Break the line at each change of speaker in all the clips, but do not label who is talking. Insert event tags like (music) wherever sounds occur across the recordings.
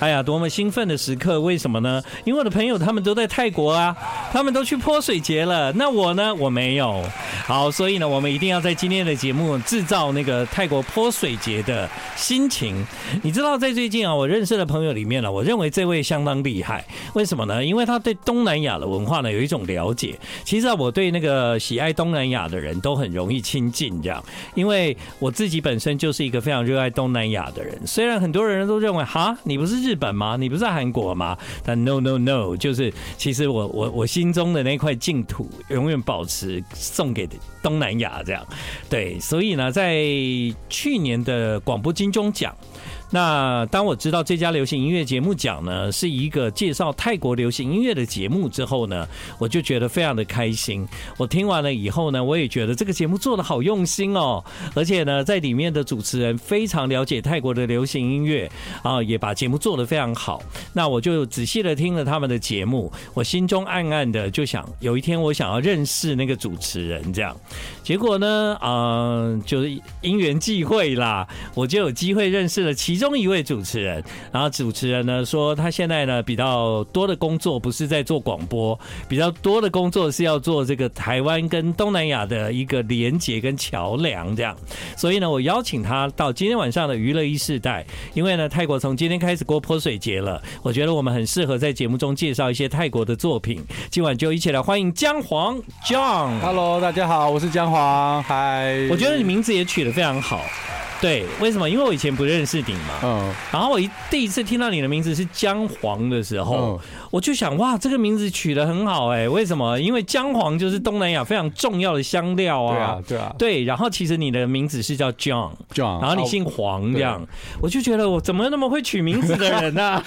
哎呀，多么兴奋的时刻！为什么呢？因为我的朋友他们都在泰国啊，他们都去泼水节了。那我呢？我没有。好，所以呢，我们一定要在今天的节目制造那个泰国泼水节的心情。你知道，在最近啊，我认识的朋友里面呢、啊我认为这位相当厉害。为什么呢？因为他对东南亚的文化呢有一种了解。其实啊，我对那个喜爱东南亚的人都很容易亲近，这样，因为我自己本身就是一个非常热爱东南亚的人。虽然很多人都认为，哈，你不是日本吗？你不是在韩国吗？但 no no no，就是其实我我我心中的那块净土，永远保持送给东南亚这样。对，所以呢，在去年的广播金钟奖。那当我知道这家流行音乐节目奖呢是一个介绍泰国流行音乐的节目之后呢，我就觉得非常的开心。我听完了以后呢，我也觉得这个节目做的好用心哦，而且呢，在里面的主持人非常了解泰国的流行音乐啊，也把节目做得非常好。那我就仔细的听了他们的节目，我心中暗暗的就想，有一天我想要认识那个主持人这样。结果呢，嗯、就是因缘际会啦，我就有机会认识了其中一位主持人。然后主持人呢说，他现在呢比较多的工作不是在做广播，比较多的工作是要做这个台湾跟东南亚的一个连结跟桥梁这样。所以呢，我邀请他到今天晚上的娱乐一世代，因为呢，泰国从今天开始过泼水节了，我觉得我们很适合在节目中介绍一些泰国的作品。今晚就一起来欢迎姜黄 John。
Hello，大家好，我是姜黄，嗨。
我觉得你，名字也取得非常好。对，为什么？因为我以前不认识你嘛。
嗯，
然后我一第一次听到你的名字是姜黄的时
嗯
候，我就想哇，这个名字取得很好哎、为什么？因为姜黄就是东南亚非常重要的香料
对
啊
啊。，对啊
对，然后其实你的名字是叫 John，
，John，
然后你姓黄这样，我就觉得我怎么那么会取名字的人呢、
啊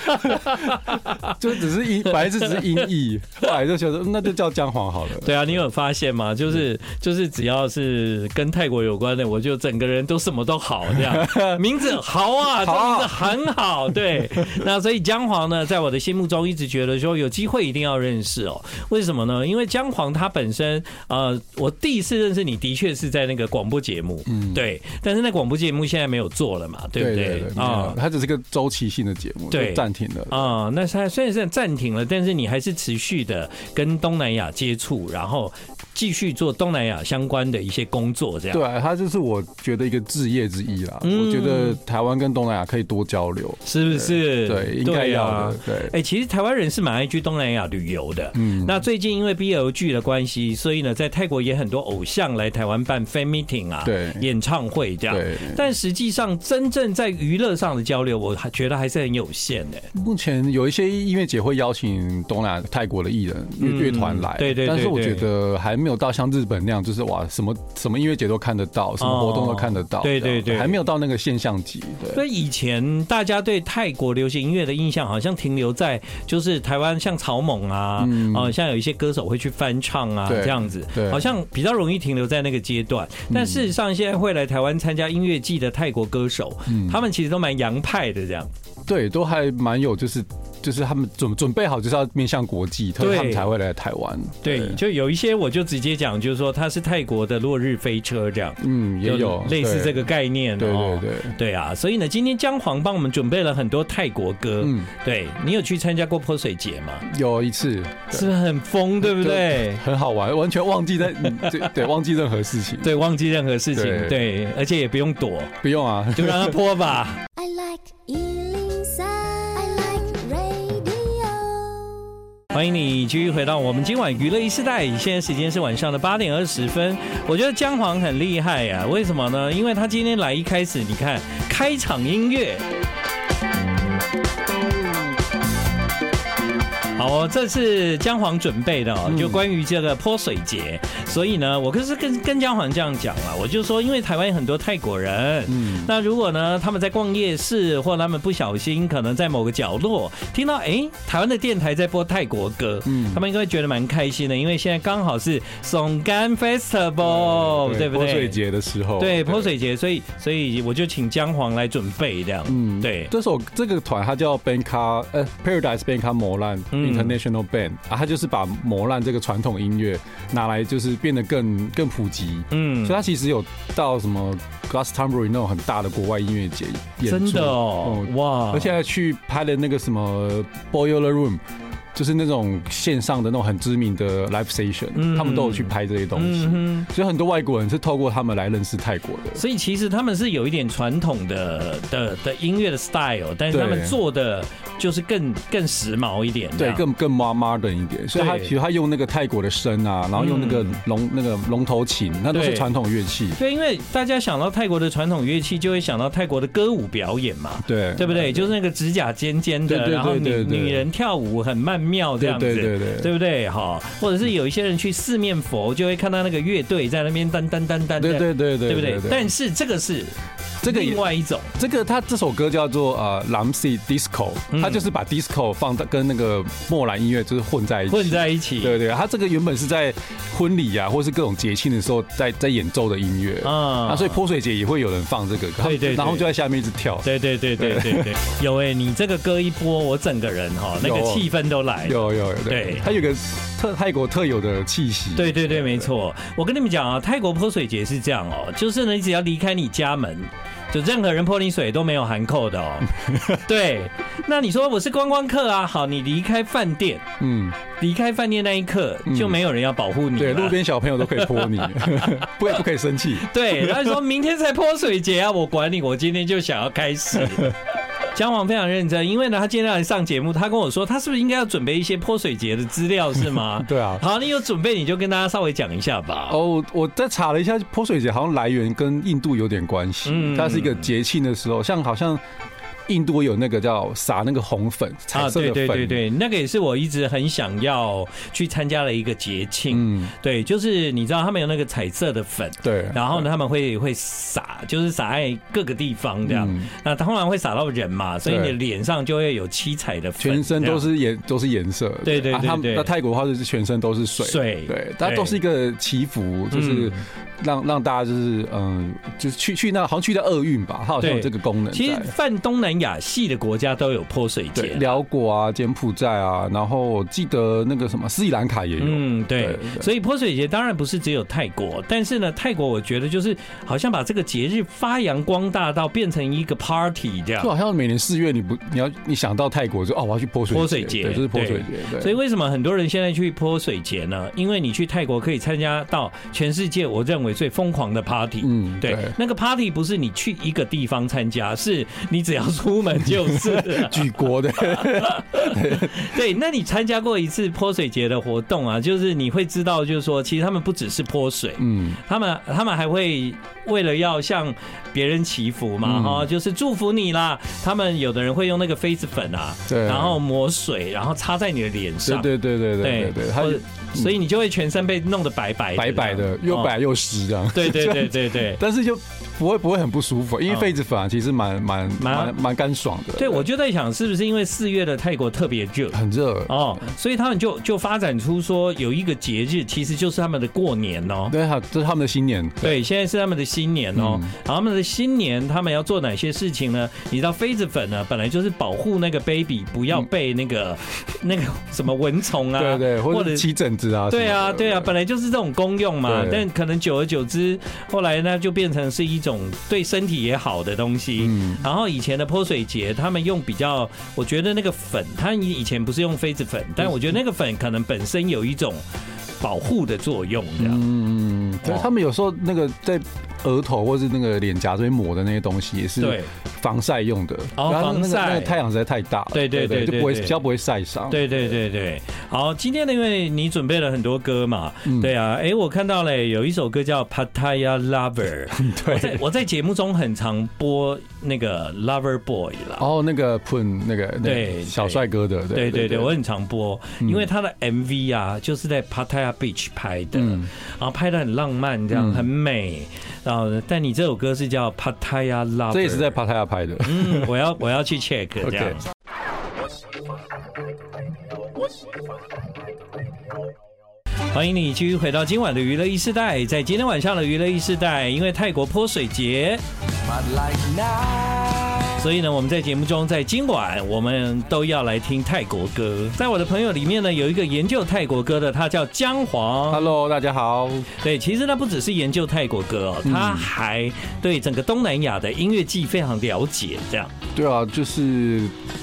就只是音，本来是只是音
(laughs)
译，后来就觉得嗯那就叫姜黄好了。
对啊，你有发现吗？就是就是，只要是跟泰国有关的，我就整个人都什么都好这
(laughs)
样。名字好啊，这
好啊
名字很好。
(laughs)
对，那所以姜黄呢，在我的心目中一直觉得说有机会一定要认识哦。为什么呢？因为姜黄他本身，呃，我第一次认识你的确是在那个广播节目，
嗯
对，但是那广播节目现在没有做了嘛，对不
对对对，没
啊
有，它只是个周期性的节目，
对
就暂停了。
啊、那它虽然是暂停了，但是你还是持续的跟东南亚接触，然后继续做东南亚相关的一些工作，这样。
对啊，它就是我觉得一个置业之一啦。
嗯
我觉得台湾跟东南亚可以多交流，
是不是？
对，应该要
啊
的。。对
哎、，其实台湾人是蛮爱去东南亚旅游的。
嗯，
那最近因为 BL 剧的关系，所以呢，在泰国也很多偶像来台湾办 fan meeting 啊，
对
演唱会这样。
对。
但实际上，真正在娱乐上的交流，我还觉得还是很有限的、
目前有一些音乐节会邀请东南亚泰国的艺人乐
嗯
乐团来，
对对对
但是我
对
觉得还没有到像日本那样，就是哇，什么什么音乐节都看得到，什么活动都看得到，
对
这样
对对
还没有到那个现象级，对。
所以以前大家对泰国流行音乐的印象，好像停留在就是台湾像草蜢啊，哦、
嗯
像有一些歌手会去翻唱啊，
对
这样子，
对嗯
好像比较容易停留在那个阶段。但事实上，现在会来台湾参加音乐季的泰国歌手，
嗯
他们其实都蛮洋派的，这样。
对，都还蛮有，就是就是他们准准备好，就是要面向国际，特
对
别他们才会来台湾。
对，就有一些我就直接讲，就是说他是泰国的落日飞车这样，
嗯，也有
就类似这个
个，
概念、哦。
对对对，对
对啊，所以呢，今天姜黄帮我们准备了很多泰国歌。
嗯，
对你有去参加过泼水节吗？
有一次
是不是很疯，对不对？
很好玩，完全忘记在嗯对对忘记任何事情，
对，忘记任何事情，对，
对
而且也不用躲，
不用啊，
就让它泼 (laughs) 吧。
I like Ealing Sound. I like radio.
欢迎你继续回到我们今晚娱乐一时代，现在时间是晚上的八点二十分。我觉得姜黄很厉害呀、为什么呢？因为他今天来一开始，你看开场音乐。好哦，这是姜黄准备的哦，就关于这个泼水节，所以呢，我可是跟跟姜黄这样讲啊了，我就说，因为台湾有很多泰国人，
嗯，
那如果呢，他们在逛夜市，或他们不小心可能在某个角落听到，哎、台湾的电台在播泰国歌，
嗯
他们应该会觉得蛮开心的，因为现在刚好是松干 Festival，对哦不对？
哦泼水节的时候，
对泼水节，所以所以我就请姜黄来准备这样，
嗯
对
这首这个团它叫 Banka 呃 Paradise Banka Moran
嗯
International Band 啊，它就是把摩兰这个传统音乐拿来就是变得更更普及，
嗯
所以，它其实有到什么 Glastonbury 那种很大的国外音乐节演出，
真的哦，哇，
而且还去拍了那个什么 Boiler Room，就是那种线上的那种很知名的 live station，、
嗯
他们都有去拍这些东西。
嗯哼
所以很多外国人是透过他们来认识泰国的，
所以其实他们是有一点传统的的的音乐的 style，但是
对
他们做的就是更更时髦一点这
对，
样，
更更 m o d e r 一点。所以他
对
其实他用那个泰国的笙啊，然后用那个
嗯
龙、那个龙头琴，那都
对
是传统乐器。
对，因为大家想到泰国的传统乐器，就会想到泰国的歌舞表演嘛，
对，
对不对？就是那个指甲尖尖的，
对对对
然后女
对对
女人跳舞很曼妙这
对
样子，
对对对
对不对？哈，或者是有一些人去四面佛，就会看到那个乐队在那边单单单单的，
对对对对
对不对？但是这个是
这个也
另外一种，
这个他这首歌叫做呃 Lamsi Disco，
嗯
他就是把 disco 放到跟那个莫兰音乐就是混在一起。
混在一起，
对对，他这个原本是在婚礼啊，或是各种节庆的时候在在演奏的音乐啊，
啊
所以泼水节也会有人放这个，他
对对
然后就在下面一直跳。
对对对对对
(laughs)
对，有哎、你这个歌一播，我整个人哈，那个
有
气氛都来了。
有有有，
对
它有个特泰国特有的气息。
对对对，没错。我跟你们讲啊，泰国泼水节是这样哦，就是呢，你只要离开你家门，就任何人泼你水都没有含扣的
(laughs)
哦。对，那你说我是观光客啊，好，你离开饭店，
嗯，
离开饭店那一刻就
嗯
没有人要保护你了。啊
对，路边小朋友都可以
(laughs)
泼你，不不可以生气。
对，然后说明天才泼水节啊，我管你，我今天就想要开
(laughs)
始。姜黄非常认真，因为呢，他今天来上节目，他跟我说，他是不是应该要准备一些泼水节的资料，是
(laughs)？
吗
对啊，
好，你有准备，你就跟大家稍微讲一下吧。
哦，我我在查了一下，泼水节好像来源跟印度有点关系。
嗯
它是一个节庆的时候，像好像印度有那个叫撒那个红粉，彩色
啊对
的粉。
对对对，那个也是我一直很想要去参加的一个节庆。
嗯，
对，就是你知道他们有那个彩色的粉，
对。
然后呢，他们会会撒，就是撒在各个地方这样。
嗯
那通常会撒到人嘛，所以你
对
的脸上就会有七彩的粉，
全身
这样
都是颜都是颜色，
对对
啊
对
他们
对
那泰国的话就是全身都是水，
水
对，它都是一个祈福，就是
嗯
让让大家就是嗯，就是去去那好像去掉厄运吧，它好像有
对
这个功能在。
其实泛东南亚系的国家都有泼水
对
节，
辽国啊、柬埔寨啊，然后我记得那个什么斯里兰卡也有，
嗯，对
对，对
所以泼水节当然不是只有泰国，但是呢，泰国我觉得就是好像把这个节日发扬光大到变成一个 party 这样
就。好像每年四月你不你要你想到泰国就哦我要去泼水
泼水节
对，就是泼水节，对，
所以为什么很多人现在去泼水节呢？因为你去泰国可以参加到全世界我认为最疯狂的 party。
嗯
对，那个 party 不是你去一个地方参加，是你只要出门就是
(laughs)
了。
举
(laughs)
国的
对，那你参加过一次泼水节的活动啊？就是你会知道，就是说，其实他们不只是泼水，
嗯
他们他们还会为了要向别人祈福嘛，
嗯
哈、就是祝福你啦。他们有的人会用那个痱子粉啊，
对，
然后抹水，然后擦在你的脸上，
对对对对对对对，它
或者所以你就会全身被弄得白白的
白白的
这样
又白，又湿这样
哦。
(laughs)
对对对对对。
但是就不会不会很不舒服，因为
嗯
痱子粉啊，其实蛮蛮
哦蛮
蛮蛮干爽的。
对，我就在想，是不是因为四月的泰国特别热
很热，
哦，所以他们就就发展出说有一个节日，其实就是他们的过年哦。
对，好，这是他们的新年。
对，现在是他们的新年哦、
嗯
然后他们的新年，他们要做哪些事情呢？你知道痱子粉啊呢，本来就是保护那个 baby 不要被那个、那个什么蚊虫啊，
嗯对对，或
或
者
者
起疹子啊什么的，
对啊，对啊，本来就是这种功用嘛。
对
但可能久而久之，后来呢就变成是一种对身体也好的东西。
嗯，
然后以前的泼水节，他们用比较，我觉得那个粉，他以前不是用痱子粉，但我觉得那个粉可能本身有一种保护的作用，这样。
嗯，嗯，对，
哦
他们有时候那个在额头或是那个脸颊这边抹的那些东西，也是
对。
防晒用的。
哦
然后那
防
个
晒
那个太阳实在太大了，
对对对对
就不会
对
比较不会晒伤。
对对对对，好，今天呢，因为你准备了很多歌嘛，
嗯
对啊，哎，我看到了有一首歌叫《Pattaya Lover》，我在
(laughs) 对。
我在节目中很常播那个 Lover Boy 啦，
然后哦那个 Pun 那个那
对
个小帅哥的，
对对对，我很常播，
嗯
因为他的 MV 啊，就是在 Pattaya Beach 拍的，
嗯
然后拍的很浪漫，这样、
嗯
很美，然后但你这首歌是叫 Pattaya Lover，
这也是在帕塔亚拍的。
嗯，我要我要去 check 这样
OK。
欢迎你继续回到今晚的娱乐一世代，在今天晚上的娱乐一世代，因为泰国泼水节，
But like night
所以呢，我们在节目中，在今晚我们都要来听泰国歌。在我的朋友里面呢，有一个研究泰国歌的，他叫姜黄。
Hello，大家好。
对，其实他不只是研究泰国歌哦，他
嗯
还对整个东南亚的音乐季非常了解。这样，
对啊，就是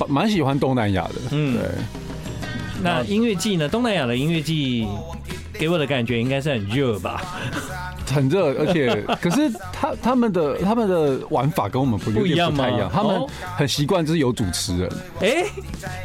蛮喜欢东南亚的。
嗯
嗯，对，
那音乐季呢，东南亚的音乐季给我的感觉应该是很热吧？
很热，而
(laughs)
且可是他他们的他们的玩法跟我们不
不一样
有点不太一样，
吗
他们
哦
很习惯就是有主持人，
哎，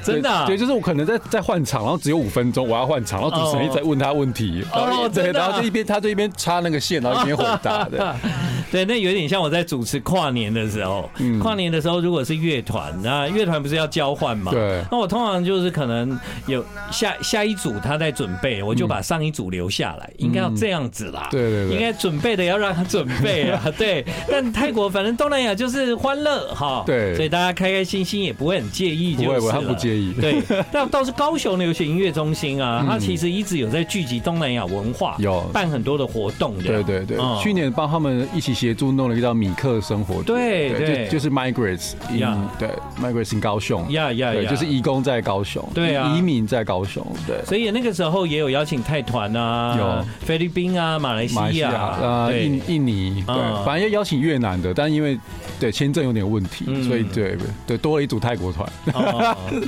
真的啊、
对，对就是我可能在在换场，然后只有五分钟，我要换场，然后主持人一直在问他问题，
哦
然后对，
真的啊
然后就一边他就一边插那个线，然后一边回答的，
(laughs) 对，那有点像我在主持跨年的时候，
嗯
跨年的时候如果是乐团，那乐团不是要交换嘛？
对
那我通常就是可能有下下一组他在准备，我就把上一组留下来，应该要这样子啦。
嗯对对对
应该准备的要让他准备
(laughs)
啊。对，但泰国反正东南亚就是欢乐哈，
对
所以大家开开心心也不会很介意，
不
就是
会
了。
不会他不介意
对，但倒是高雄流行音乐中心啊，它
嗯
其实一直有在聚集东南亚文化，
有
办很多的活动的。
对对对，
嗯
去年帮他们一起协助弄了一个叫米克生活节，
对对
就就是 migrants in
呀
对 migrants in 高雄，
呀呀
对，
呀，
就是移工在高雄，
对啊
移民在高雄，对。
所以那个时候也有邀请泰团啊，
有
菲律宾啊、马来西
马来西
亚
亚、呃，
对
印印尼，对
嗯，
反正要邀请越南的，但因为对签证有点问题
嗯，
所以对对多了一组泰国团。
哦 (laughs)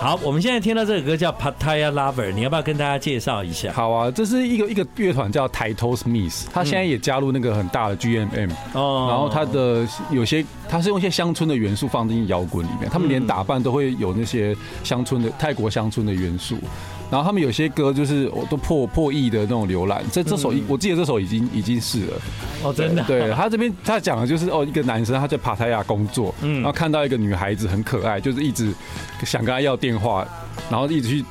好，我们现在听到这首歌叫《Pattaya Lover》，你要不要跟大家介绍一下？
好啊，这是一个一个乐团叫 Title Smith，他现在也加入那个很大的 GMM，
哦
然后他的有些他是用一些乡村的元素放进摇滚里面，他们连打扮都会有那些乡村的泰国乡村的元素。然后他们有些歌就是我都破破亿的那种浏览，这这首
嗯
我记得这首已经已经是了，
哦，真的啊，
对他这边他讲的就是哦，一个男生他在帕塔亚工作，
嗯
然后看到一个女孩子很可爱，就是一直想跟她要电话，然后一直去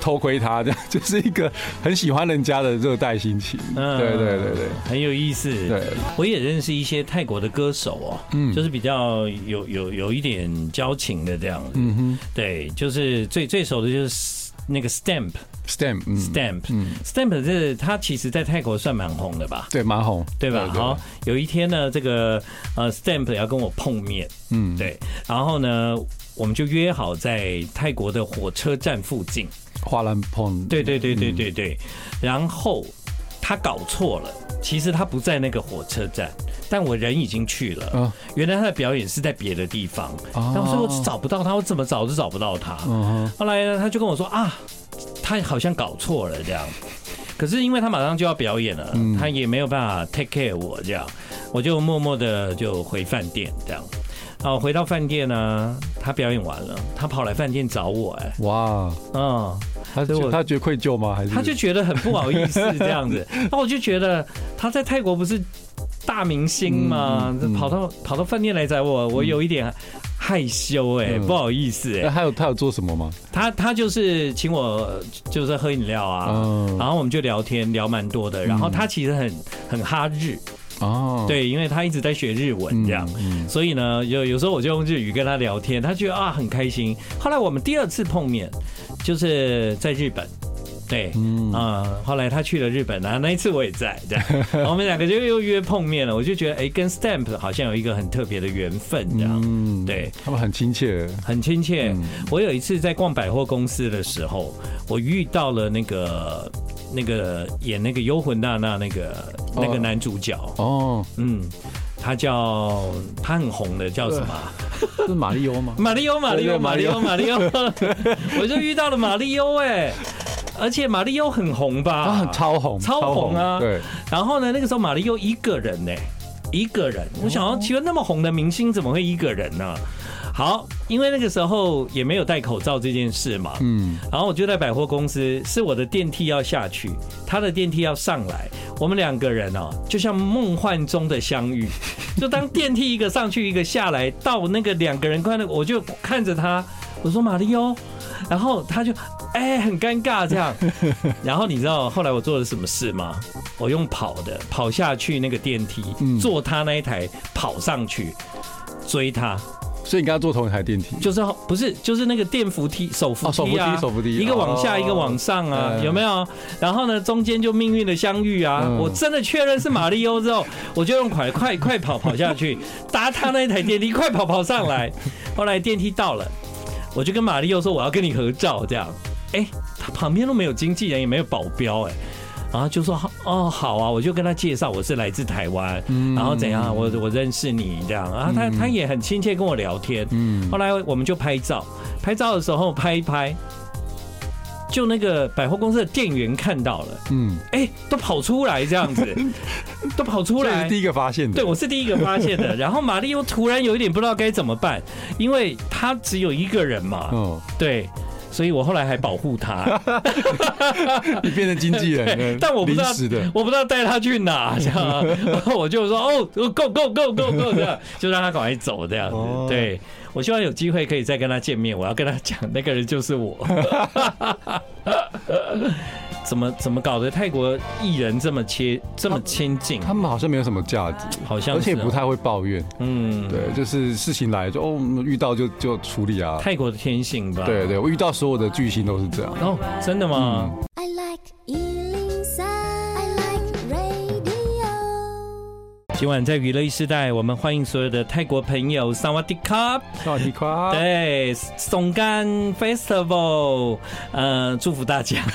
偷窥她，这样就是一个很喜欢人家的热带心情。对对对对，
嗯很有意思。
对，
我也认识一些泰国的歌手哦，
嗯
就是比较有有有一点交情的这样子。
嗯哼
对，就是最最熟的就是那个 Stamp
，Stamp，嗯
Stamp、
嗯，
Stamp，这他其实在泰国算蛮红的吧？
对，蛮红，
对吧？好，有一天呢，这个呃，Stamp 要跟我碰面，
嗯，
对，然后呢，我们就约好在泰国的火车站附近，
花兰碰，
对对对对对对，然后他搞错了，其实他不在那个火车站，但我人已经去了，
啊
原来他的表演是在别的地方，
哦
然后所以我找不到他，我怎么找都找不到他，
嗯哼，
后来呢，他就跟我说啊，他好像搞错了这样。可是因为他马上就要表演了，
嗯
他也没有办法 take care 我这样，我就默默的就回饭店这样。然后回到饭店呢，他表演完了，他跑来饭店找我、哎，
哇，
嗯，
他
所以我
觉他觉得愧疚吗？还是
他就觉得很不好意思这样
(laughs)
子。那我就觉得他在泰国不是大明星吗？
嗯嗯嗯
跑到跑到饭店来找我，我有一点害羞哎、
嗯
不好意思哎、
那他有他有做什么吗？
他他就是请我就是喝饮料啊，
嗯
然后我们就聊天聊蛮多的。然后他其实很很哈日，
哦，
对，因为他一直在学日文
嗯，
这样。
嗯
所以呢，有有时候我就用日语跟他聊天，他觉得啊很开心。后来我们第二次碰面，就是在日本，对，
嗯
啊、后来他去了日本啊，那一次我也在，这样，
(laughs)
我们两个就又约碰面了。我就觉得，哎、跟 Stamp 好像有一个很特别的缘分，这样。
嗯
对，
他们很亲切，
很亲切。
嗯
我有一次在逛百货公司的时候，我遇到了那个那个演那个幽魂娜娜那个、那个男主角，
哦，
嗯，他叫他很红的叫什么啊？
是马里欧吗？
马里欧，马里欧，
对
马里欧，
马
马里欧， (laughs) 我就遇到了马里欧哎。而且马里欧很红吧？
他很超红，
超红啊
对，
然后呢，那个时候马里又一个人呢、一个人。我想要，奇怪，那么红的明星怎么会一个人呢？好，因为那个时候也没有戴口罩这件事嘛。
嗯，
然后我就在百货公司，是我的电梯要下去，他的电梯要上来，我们两个人哦、就像梦幻中的相
(laughs)
遇。就当电梯一个上去，一个下来，到那个两个人快乐，我就看着他，我说马里
(laughs)
欧，然后他就哎、很尴尬这样。然后你知道后来我做了什么事吗？我用跑的跑下去那个电梯，
嗯
坐他那一台跑上去追他，
所以你跟他坐同一台电梯。
就是不是就是那个电扶梯手扶
哦手扶
梯啊，
梯手扶梯
一个往下
哦
一个往上啊，
嗯
有没有？然后呢，中间就命运的相遇啊！
嗯
我真的确认是马里欧之后，我就用快快快跑跑下去，搭他那一台电梯，快跑跑上来。后来电梯到了，我就跟马里欧说我要跟你合照，这样。哎、他旁边都没有经纪人，也没有保镖、哎。然后就说哦好啊，我就跟他介绍我是来自台湾，
嗯
然后怎样，我我认识你这样啊，他他也很亲切跟我聊天，
嗯
后来我们就拍照，拍照的时候拍一拍，就那个百货公司的店员看到了，
嗯，
哎、都跑出来这样子，
(laughs)
都跑出
这
来
是。第一个发现的。
对，我是第一个发现
(laughs)
的。然后玛丽又突然有一点不知道该怎么办，因为她只有一个人嘛，
哦，
对，所以我后来还保护她，
你变成经纪
(laughs)
人
对
了，
但我不知道
临时的，
我不知道带她去哪，这
(laughs)
样啊，然后我就说哦，go go go go go 这样， (laughs) 就让她赶快走这样子
哦。
对，我希望有机会可以再跟她见面，我要跟她讲，那个人就是我。 (laughs) 怎么怎么搞得泰国艺人这么切这么亲近？
他们好像没有什么价值，
好像
啊而且
是哦
不太会抱怨。
嗯，
对，就是事情来就哦，遇到就就处理啊。
泰国的天性吧。
对对，我遇到所有的巨星都是这样。
哦，真的吗？
嗯
I like Ealing Sound. I like radio.
今晚在娱乐一时代，我们欢迎所有的泰国朋友萨瓦迪卡，
到底哦夸
对，松干 Festival，呃，祝福大家。 (laughs)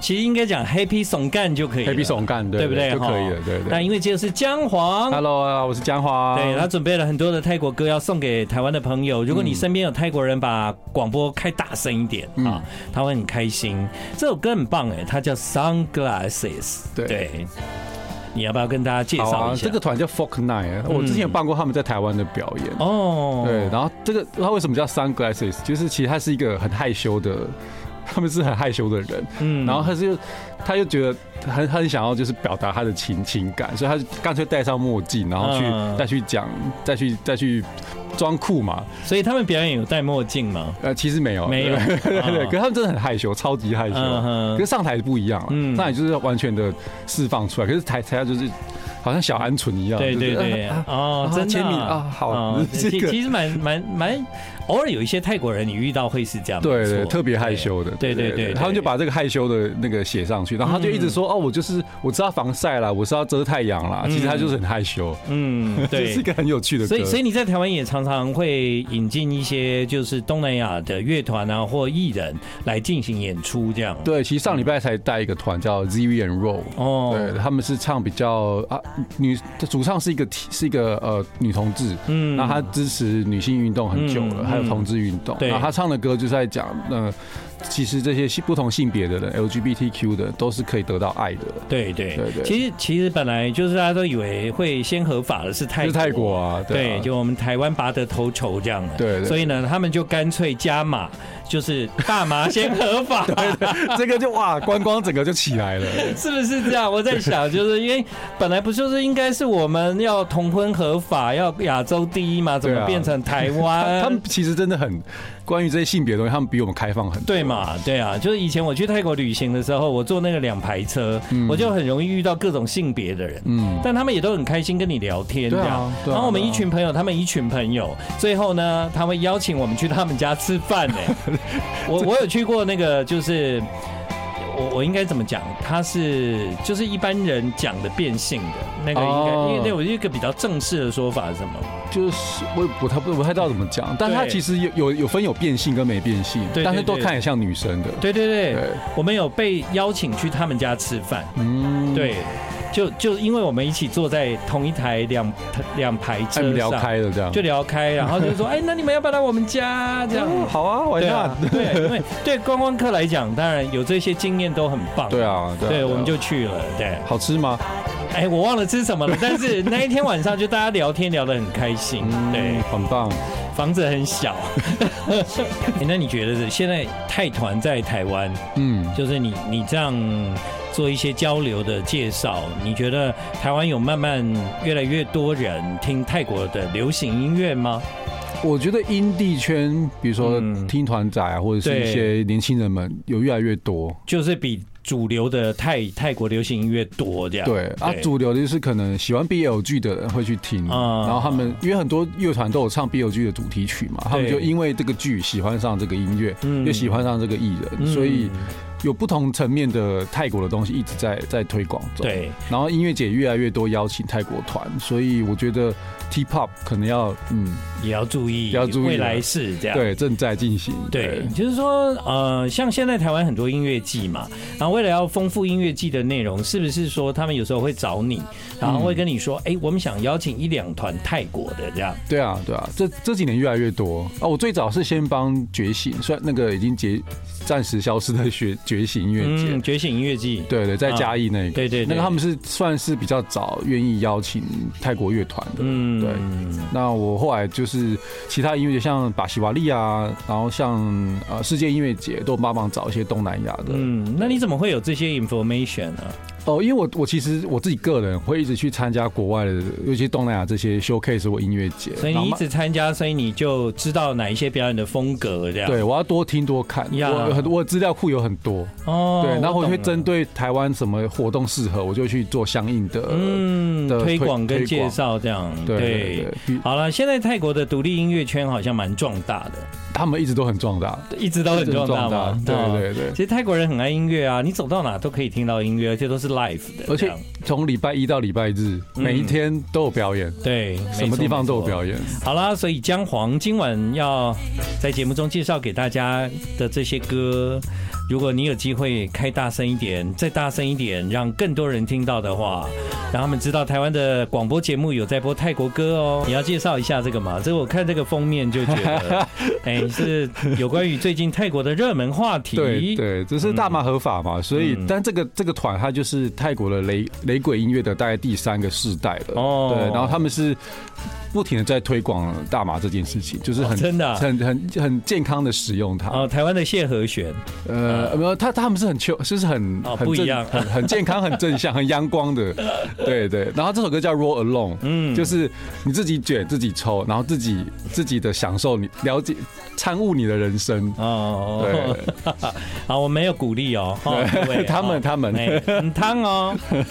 其实应该讲 Happy 松干就可以了
Happy 耸干，
对不对？
就可以
哈
了，对
那
对。
因为这个是姜黄。
Hello 啊，我是江华。
对他准备了很多的泰国歌要送给台湾的朋友。如果你身边有泰国人，把广播开大声一点、
嗯
啊，他会很开心。这首歌很棒哎，它叫《Sunglasses》。
对
你要不要跟大家介
好
绍
啊，
一下？
这个团叫 Folk Night，我之前有办过他们在台湾的表演。
哦，
对，然后这个他为什么叫 Sunglasses？就是其实他是一个很害羞的， (laughs) 他们是很害羞的人，
嗯
然后他就他又觉得很很想要就是表达他的情情感，所以他就干脆戴上墨镜，然后去、
嗯
再去讲，再去再去装酷嘛。
所以他们表演有戴墨镜吗？
呃，其实没有，
没有 (laughs)
(laughs) 对对
哦
对，可是他们真的很害羞，超级害羞。
嗯
可是上台不一样了，
嗯
上台就是完全的释放出来，可是台台下就是好像小鹌鹑一样，
对对
就是
对，
(laughs) 啊啊
哦，真的
签名啊好
哦
这
其
个
其实蛮蛮蛮，偶尔有一些泰国人你遇到会是这样，
对
没
对，
错
特别害。羞的，
对对对对
他们就把这个害羞的那个写上去，然后他就一直说、哦，我就是我知道防晒啦，我是要遮太阳啦，其实他就是很害羞， (laughs)
嗯，
这
对
是一，个很有趣的歌，
所以，所以你在台湾也常常会引进一些就是东南亚的乐团啊或艺人来进行演出，这样。
对，其实上礼拜才带一个团叫 Zv and Roll。
哦，
对，他们是唱比较啊，女主唱是一个是一个呃女同志，
嗯
那她支持女性运动很久了，
嗯
还有同志运动。
对
然后她唱的歌就是在讲，呃，其实这些性不同性别的人 LGBTQ 的都是可以得到爱的，
对对
对对
其实其实本来就是大家都以为会先合法的是泰
就
国
是泰国啊，
对，
啊
就我们台湾拔得头筹这样的。啊
对对
所以呢，他们就干脆加码，就是大麻先合
(laughs)
法。
这个就哇，观光整个就起来了。
(laughs) 是不是这样？我在想，就是因为本来不就是应该是我们要同婚合法，要亚洲第一嘛，怎
对
么
啊
变成台湾？
他们其实真的很关于这些性别的东西，他们比我们开放很多。
(laughs) 对嘛？对啊，就是以前我去泰国旅行的时候，我坐那个两排车，我就很容易遇到各种性别的人。
嗯，
但他们也都很开心跟你聊天，这
对啊
样。
对啊
然后我们
对啊
一群朋友，他们一群朋友，最后呢，他们邀请我们去他们家吃饭呢。
(laughs)
我我有去过那个，就是我我应该怎么讲？他是就是一般人讲的变性的那个，应该、
哦
因为那有一个比较正式的说法是什么？
就是我也不太不太知道怎么讲，但它
对
其实有有有分有变性跟没变性，
对
但是都
对
看起来像女生的。
对对对，
对
我们有被邀请去他们家吃饭。
嗯，
对，就就因为我们一起坐在同一台两两排
他哎们
车
聊
上，
开了这样。
就聊开，然后就说，哎，那你们要不要来我们家？这样。
哦好啊，晚
对
上、
啊，对，因为对观光客来讲，当然有这些经验都很棒。
对，啊，对啊，
对，我们
对啊
就去了。对，
好吃吗？
哎，我忘了吃什么了，但是那一天晚上就大家聊天聊得很开心。对
嗯，，很棒。
房子很
(laughs)
小。哎那你觉得现在泰团在台湾，
嗯，
就是你你这样做一些交流的介绍，你觉得台湾有慢慢越来越多人听泰国的流行音乐吗？
我觉得音地圈，比如说
嗯
听团仔啊，或者是
对
一些年轻人们，有越来越多。
就是比主流的泰泰国流行音乐多这样。
对啊，主流的就是可能喜欢 BL G 的人会去听，
啊
然后他们因为很多乐团都有唱 BL G 的主题曲嘛，他们
对
就因为这个剧喜欢上这个音乐，
嗯
也喜欢上这个艺人，所以
嗯
有不同层面的泰国的东西一直在在推广中。，
对
然后音乐节越来越多邀请泰国团，所以我觉得 T-pop 可能要嗯，
也要注意，
要注意
未
了
来是这样。
对，正在进行。
啊对，就是说，呃，像现在台湾很多音乐季嘛，然后为了要丰富音乐季的内容，是不是说他们有时候会找你，然后会跟你说，哎、我们想邀请一两团泰国的这样，
对啊，对啊，这这几年越来越多啊！我最早是先帮觉醒，虽然那个已经结暂时消失的觉觉醒音乐节，
嗯，觉醒音乐季，
对对，在嘉义那个，
对对对
那个他们是算是比较早愿意邀请泰国乐团的。
嗯，
对那我后来就是其他音乐节，像巴西瓦利啊，然后像呃世界音乐节，都帮忙找一些东南亚的。
嗯，那你怎么会有这些 information 啊呢、
哦，因为我我其实我自己个人会一直去参加国外的，尤其东南亚这些 showcase 或音乐节，
所以
然
你
后
一
慢
直参加，所以你就知道哪一些表演的风格这样。
对我要多听多看，
啊呀
我有很我资料库有很多。
哦
对，然后我
懂
会
了
针对台湾什么活动适合，我就去做相应的。
嗯
的
推
推
广跟
推
介
广
绍这样。
对对对，比
好了，现在泰国的独立音乐圈好像蛮壮大的，
他们一直都很壮大，
一直都很壮大嘛。
对
哦
对对
其。实泰国人很爱音乐啊，你走到哪都可以听到音乐，而且都是 live 的这样，
而且从礼拜一到礼拜日，
嗯
每一天都有表演，
对
什么地方都有
演。
表演。
好啦，所以姜黄今晚要在节目中介绍给大家的这些歌，如果你有机会开大声一点，再大声一点，让更多人听到的话，让他们知道台湾的广播节目有在播泰国歌哦。你要介绍一下这个嘛？这个我看这个封面就
(laughs)
觉得，哎、是有关于最近泰国的热门话题。
对对，只是大麻合法嘛，所以
嗯
但这个这个团它就是泰国的雷雷鬼音乐的大概第三个世代了。
哦
对，然后他们是不停的在推广大麻这件事情，就是
哦
很
真的啊
很很很健康的使用它。
哦，台湾的谢和弦，
呃，没有，他他们是很秋，就是很
哦
很
不一
正
样
很很健康、很正向、 (laughs) 很阳光的，对对。然后这首歌叫《Roll Alone》，
嗯
嗯，就是你自己卷、自己抽，然后自己自己的享受，你了解、参悟你的人生。
哦，
对，
(laughs) 好，我没有鼓励哦，哈各位
(laughs) 他们
哦
他们
哎很烫哦。 (laughs)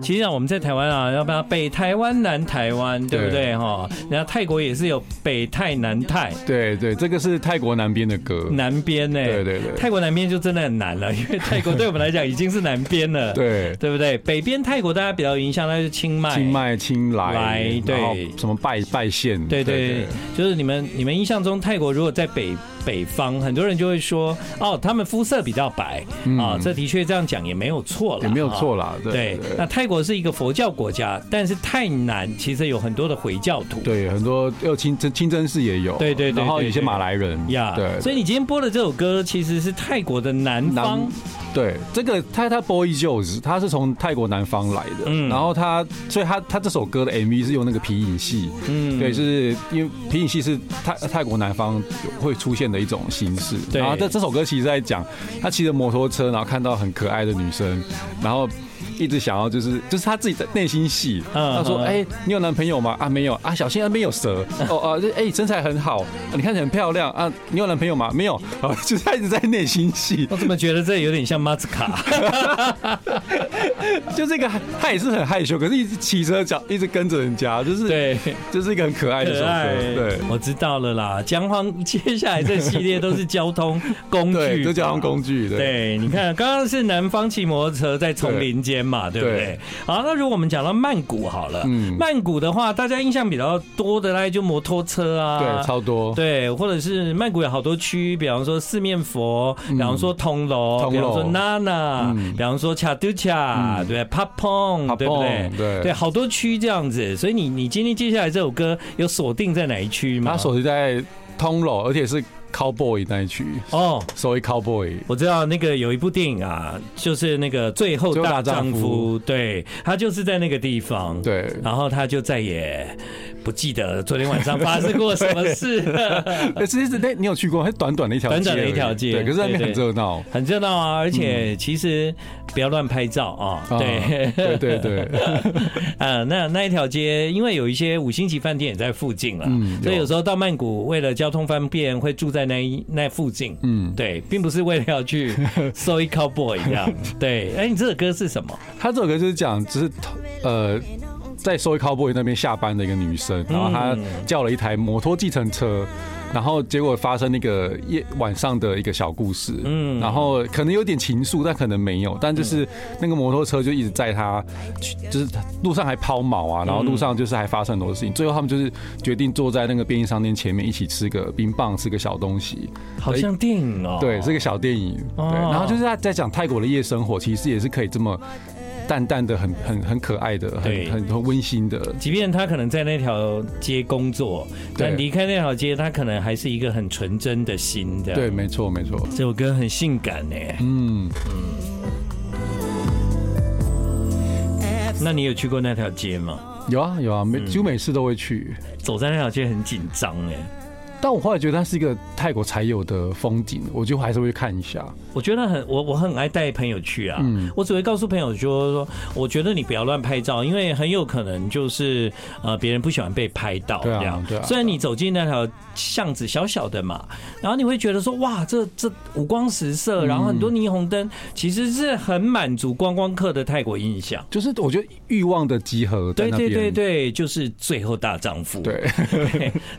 其实啊，我们在台湾啊，要不要北台湾、南台湾，对不对
对
哈？然后泰国也是有北泰、南泰，
对对，这个是泰国南边的歌，
南边呢。
对对对
泰国南边就真的很难了，因为泰国对我们来讲已经是南边了，
(laughs) 对，
对不对？北边泰国大家比较有印象，那就是清迈。
清迈、清
哎来
莱，然后
对
什么拜拜县，
对对对，就是你们你们印象中泰国如果在北北方，很多人就会说哦，他们肤色比较白啊、
嗯
这的确这样讲也没有错了，
也没有错
了。
啦，
啊对
对，
那泰国是一个佛教国家，但是泰南其实有很多的回教徒。
对，很多要清真清真寺也有，
对对对
然后
对
有些
对
马来人，
呀
对，
所以你今天播的这首歌其实是泰国的南方，
对，这个他他 Boy Jones，他是从泰国南方来的，
嗯
然后他所以他他这首歌的 MV 是用那个皮影戏，
嗯
对，就是因为皮影戏是泰泰国南方会出现的一种形式。
对
然后这这首歌其实在讲他骑着摩托车，然后看到很可爱的女生，然后。一直想要就是就是他自己的内心戏，
嗯
他说：“
嗯
哎、你有男朋友吗？啊，没有啊，小心那边有蛇哦啊，这哎、身材很好，啊你看起来很漂亮啊，你有男朋友吗？没有，啊， (laughs) 就是他一直在内心戏，
我怎么觉得这有点像马斯
(laughs)
卡？
就这个，他也是很害羞，可是一直骑车脚一直跟着人家，就是，
对，
就是一个很可爱的
可
首
爱。
歌，对。
我知道了啦。姜黄 (laughs) 接下来这系列都是交通工具，
(laughs) 对，这交通工具，对，
对，你看，刚刚是南方骑摩托车在丛林间嘛，对不对
对？
好，那如果我们讲到曼谷好了，
嗯
曼谷的话，大家印象比较多的呢，就摩托车啊，
对，超多，
对，或者是曼谷有好多区，比方说四面佛，比方说铜锣，
嗯铜锣
比方说 Nana，、
嗯
比方说恰杜恰，
嗯
对 p a p o n 对不对？
Papong，对
好多区这样子。所以你你今天接下来这首歌有锁定在哪一区吗？
他手是在通楼，而且是 cowboy 那一区，
哦，
所
(laughs)
以 cowboy，
我知道那个有一部电影啊，就是那个《最后大丈
最后大丈
夫》，对他就是在那个地方，，
对，
然后他就再也不记得昨天晚上发生过什么事
(laughs)
了，
呃，其实那你有去过，它短短的一条街而
短短
已，
的一条街
对，可是那边
对
很
对
热闹，
很热闹啊，而且其实不要乱拍照啊，
嗯啊
对。
对对对，
(laughs) 啊，那那一条街，因为有一些五星级饭店也在附近了，啊
嗯
所以
有
有时候到曼谷，为了交通方便，会住在在那一那附近。
嗯，
对，并不是为了要去收一 cowboy 一
(laughs)
样。对，哎，你这首歌是什么？
他这首歌就是讲，就是呃，在 Soy Cowboy 那边下班的一个女生，然后她叫了一台摩托计程车，然后结果发生那个夜晚上的一个小故事，
嗯
嗯，然后可能有点情愫，但可能没有，但就是那个摩托车就一直载她，去就是路上还抛锚啊，然后路上就是还发生很多事情，最后他们就是决定坐在那个便利商店前面一起吃个冰棒，吃个小东西，
好像电影哦。
对，是个小电影。对，
哦
然后就是他在讲泰国的夜生活，其实也是可以这么淡淡的、很很很可爱的、
对
很很很温馨的。
即便他可能在那条街工作，
对
但离开那条街，他可能还是一个很纯真的心的。
对，，没错，没错。
这首歌很性感呢。
嗯，
那你有去过那条街吗？
有啊有啊，每几乎每次都会去。
走在那条街很紧张哎，
但我后来觉得它是一个泰国才有的风景，我就还是会去看一下。
我觉得很我我很爱带朋友去啊。
嗯
我只会告诉朋友说，我觉得你不要乱拍照，因为很有可能就是呃别人不喜欢被拍到这
对啊
样。
对啊
虽然你走进那条巷子小小的嘛，然后你会觉得说哇，这这五光十
嗯
色，然后很多霓虹灯，其实是很满足观光客的泰国印象。
就是我觉得欲望的集合在
对
那
对
边。
对对，就是最后大丈夫。
对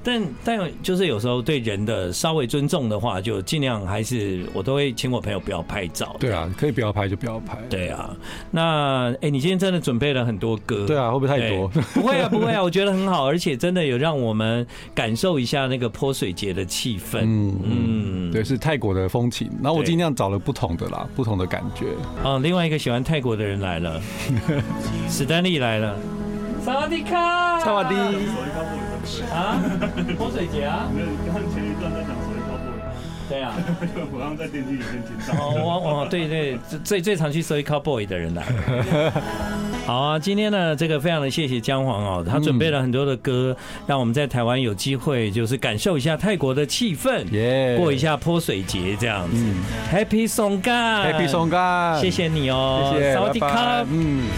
但但就是有时候对人的稍微尊重的话，就尽量还是我都会请我朋友不要拍照。
对啊，可以不要拍就不要拍。
对啊，那哎、你今天真的准备了很多歌。
对啊，会不会太多？
对不会啊，不会啊，我觉得很好，而且真的有让我们感受一下那个泼水节的气氛。
嗯
嗯
嗯，对，是泰国的风情。然后我
对
尽量找了不同的啦，不同的感觉。
哦，另外一个喜欢泰国的人来了，史丹利来了。萨瓦迪卡，
萨瓦迪
啊，泼水节啊，
没有，刚刚前一段在讲所谓高波 (laughs) 人，
对啊。
我刚刚在电梯里面听到。
哦，我我对对，最最常去搜 cowboy 的 (laughs) 人来了。好啊，今天呢，这个非常的谢谢姜黄哦，他准备了很多的歌，让我们在台湾有机会就是感受一下泰国的气氛，
耶
过一下泼水节这样子。Happy Song g a
Happy 松干，
嗯谢谢你哦，
谢谢，
萨瓦
拜
迪卡
拜，嗯。